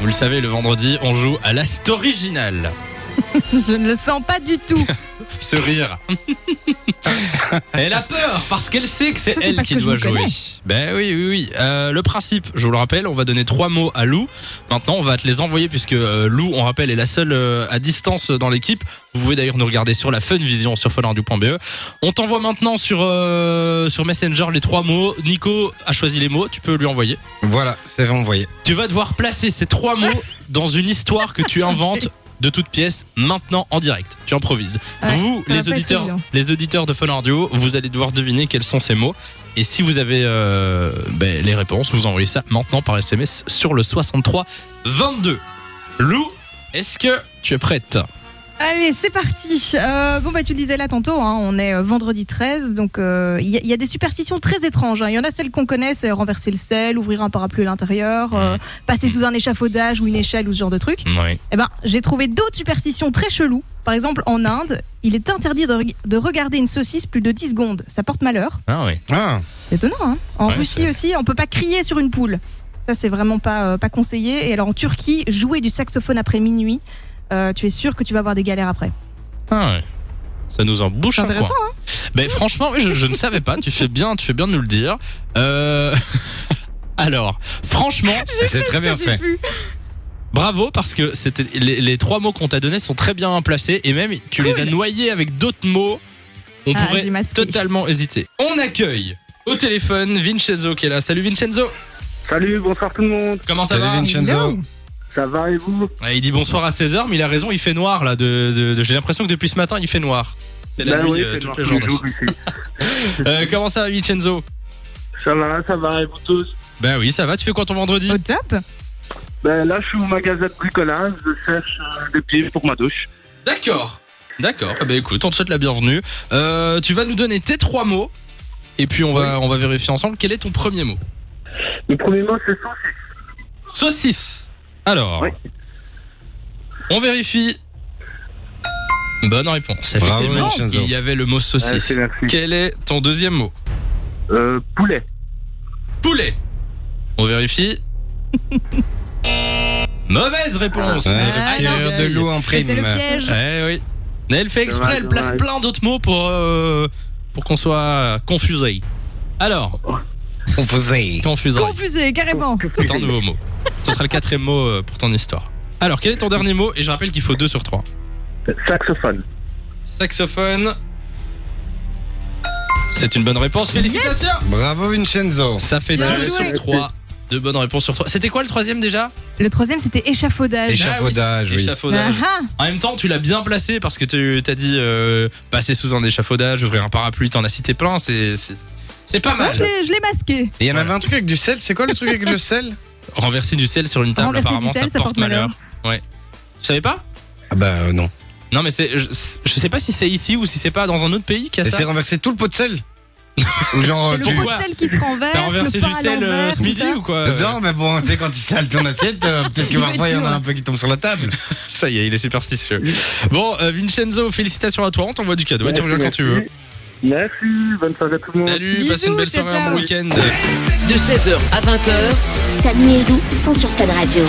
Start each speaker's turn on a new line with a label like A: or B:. A: Vous le savez, le vendredi, on joue à l'ast original.
B: Je ne le sens pas du tout.
A: Ce rire. elle a peur parce qu'elle sait que c'est
B: Ça, c'est
A: elle
B: parce
A: qui
B: que
A: doit
B: je vous
A: jouer.
B: connais.
A: Ben oui, oui, oui. Euh, le principe, je vous le rappelle, on va donner trois mots à Lou. Maintenant, on va te les envoyer puisque euh, Lou, on rappelle, est la seule euh, à distance dans l'équipe. Vous pouvez d'ailleurs nous regarder sur la Funvision sur funradio.be. E. On t'envoie maintenant sur euh, sur Messenger les trois mots. Nico a choisi les mots. Tu peux lui envoyer.
C: Voilà, c'est envoyé.
A: Tu vas devoir placer ces trois mots dans une histoire que tu inventes de toute pièce maintenant en direct. Tu improvises.
B: Ouais,
A: vous,
B: ça
A: les
B: va pas être
A: auditeurs,
B: évident.
A: les auditeurs de Fun Audio, vous allez devoir deviner quels sont ces mots. Et si vous avez euh, ben, les réponses, vous envoyez ça maintenant par SMS sur le 63 22. Lou, est-ce que tu es prête
B: Allez, c'est parti. Euh, bon, bah, tu le disais là tantôt, hein, on est euh, vendredi 13, donc euh, il y, a- il y a des superstitions très étranges. hein. Il y en a celles qu'on connaît, c'est renverser le sel, ouvrir un parapluie à l'intérieur, euh, passer sous un échafaudage ou une échelle ou ce genre de truc.
A: Oui.
B: Eh ben, j'ai trouvé d'autres superstitions très cheloues. Par exemple, en Inde, il est interdit de, reg- de regarder une saucisse plus de 10 secondes. Ça porte malheur.
A: Ah oui.
C: Ah,
B: C'est étonnant, hein En
A: Ouais,
B: Russie
A: c'est-
B: aussi, on peut pas crier sur une poule. Ça, c'est vraiment pas, euh, pas conseillé. Et alors, en Turquie, jouer du saxophone après minuit, euh, tu es sûr que tu vas avoir des galères après.
A: Ah ouais. Ça nous embouche
B: C'est
A: un coin.
B: intéressant, hein,
A: Mais franchement, oui, je, je ne savais pas. Tu fais bien, tu fais bien de nous le dire. Euh... Alors, franchement,
C: c'est très bien
B: J'ai
C: fait.
B: vu.
A: Bravo parce que c'était les, les trois mots qu'on t'a donnés sont très bien placés et même tu les
B: Cool.
A: as noyés avec d'autres mots. On
B: Ah,
A: pourrait
B: j'ai masqué.
A: totalement hésiter. On accueille au téléphone Vincenzo qui est là. Salut Vincenzo.
D: Salut, bonsoir tout le monde.
A: Comment ça
C: Salut
A: va
C: Vincenzo.
D: Ça va et vous
A: Ouais, Il dit bonsoir à 16h mais il a raison, il fait noir là. De, de- de- J'ai l'impression que depuis ce matin il fait noir. C'est la
D: Bah
A: nuit
D: oui,
A: euh,
D: c'est
A: toute
D: noir
A: la
D: tous les
A: journée.
D: jours ici.
A: Euh, comment ça va Vincenzo
D: Ça va, ça va et vous tous
A: Ben oui ça va, tu fais quoi ton vendredi
B: Au top.
D: ben, Là, je suis au magasin de bricolage. Je cherche euh, des pieds pour ma douche.
A: D'accord. D'accord. Eh ben écoute, on te souhaite la bienvenue. Euh, tu vas nous donner tes trois mots et puis on va, on va vérifier ensemble quel est ton premier mot.
D: Le premier mot, c'est sauce.
A: Saucisse. Alors,
D: Oui.
A: on vérifie. Bonne réponse.
C: Bravo,
A: Effectivement,
C: Vincenzo.
A: il y avait le mot saucisse.
D: Merci, merci.
A: Quel est ton deuxième mot
D: Euh, poulet.
A: Poulet. On vérifie. Mauvaise réponse.
C: Ouais,
B: Ah,
C: le
A: non,
C: tireur de
A: mais-
C: loup en
B: C'était le
C: prime.
B: piège.
A: Eh oui. Mais elle fait exprès,
D: Dommage,
A: elle place
D: dommage.
A: plein d'autres mots pour, euh, pour qu'on soit confusé. Alors,
C: On faisait.
A: confusé.
B: Confusé, carrément.
A: C'est un nouveau mot. Ce sera le quatrième mot euh, pour ton histoire. Alors, quel est ton dernier mot Et je rappelle qu'il faut deux sur trois.
D: Saxophone.
A: Saxophone. C'est une bonne réponse, félicitations
C: Bravo Vincenzo.
A: Ça fait
B: Bien
A: deux
B: joué.
A: sur trois. Deux bonnes réponses sur trois. C'était quoi le troisième déjà
B: Le troisième, c'était échafaudage.
C: Écha- Échafaudage,
A: Ah oui,
C: oui.
A: Échafaudage.
B: Ah, ah.
A: En même temps, tu l'as bien placé parce que tu t'as dit euh, passer sous un échafaudage, ouvrir un parapluie, t'en as cité plein, c'est c'est- c'est pas
B: Moi, je
A: mal.
B: l'ai- je l'ai masqué.
C: Et il y en avait un truc avec du sel. C'est quoi le truc avec le sel
A: Renverser du ciel sur une table,
B: Renverser du
A: apparemment,
B: sel,
A: ça, porte malheur. Ouais. Tu savais pas
C: Ah bah euh, non.
A: Non, mais c'est je, je sais pas si c'est ici ou si c'est pas dans un autre pays qu'il y
C: Et
A: a
C: c'est
A: ça.
C: renversé tout le pot de sel Ou genre euh,
B: le
C: tu.
A: Oh,
B: pot
A: vois,
B: de sel qui se renverse.
A: T'as renversé
B: le pain
A: du
B: à
A: sel euh,
B: l'envers,
A: ce
B: tout
A: midi
B: ça.
A: ou quoi
C: Non, mais bon, tu sais, quand tu sales ton assiette, euh, peut-être que
B: Il va
C: parfois il y en a
B: être
C: un peu qui tombe sur la table.
A: Ça y est, il est superstitieux. Bon, euh, Vincenzo, félicitations à toi. On t'envoie du cadeau. et tu reviens quand tu veux.
D: Merci, bonne soirée à tout le monde.
A: Salut,
B: Bisous,
A: passe une belle
B: ciao,
A: soirée, un bon week-end.
E: De 16h à 20h,
F: Samy et Lou sont sur Fan Radio.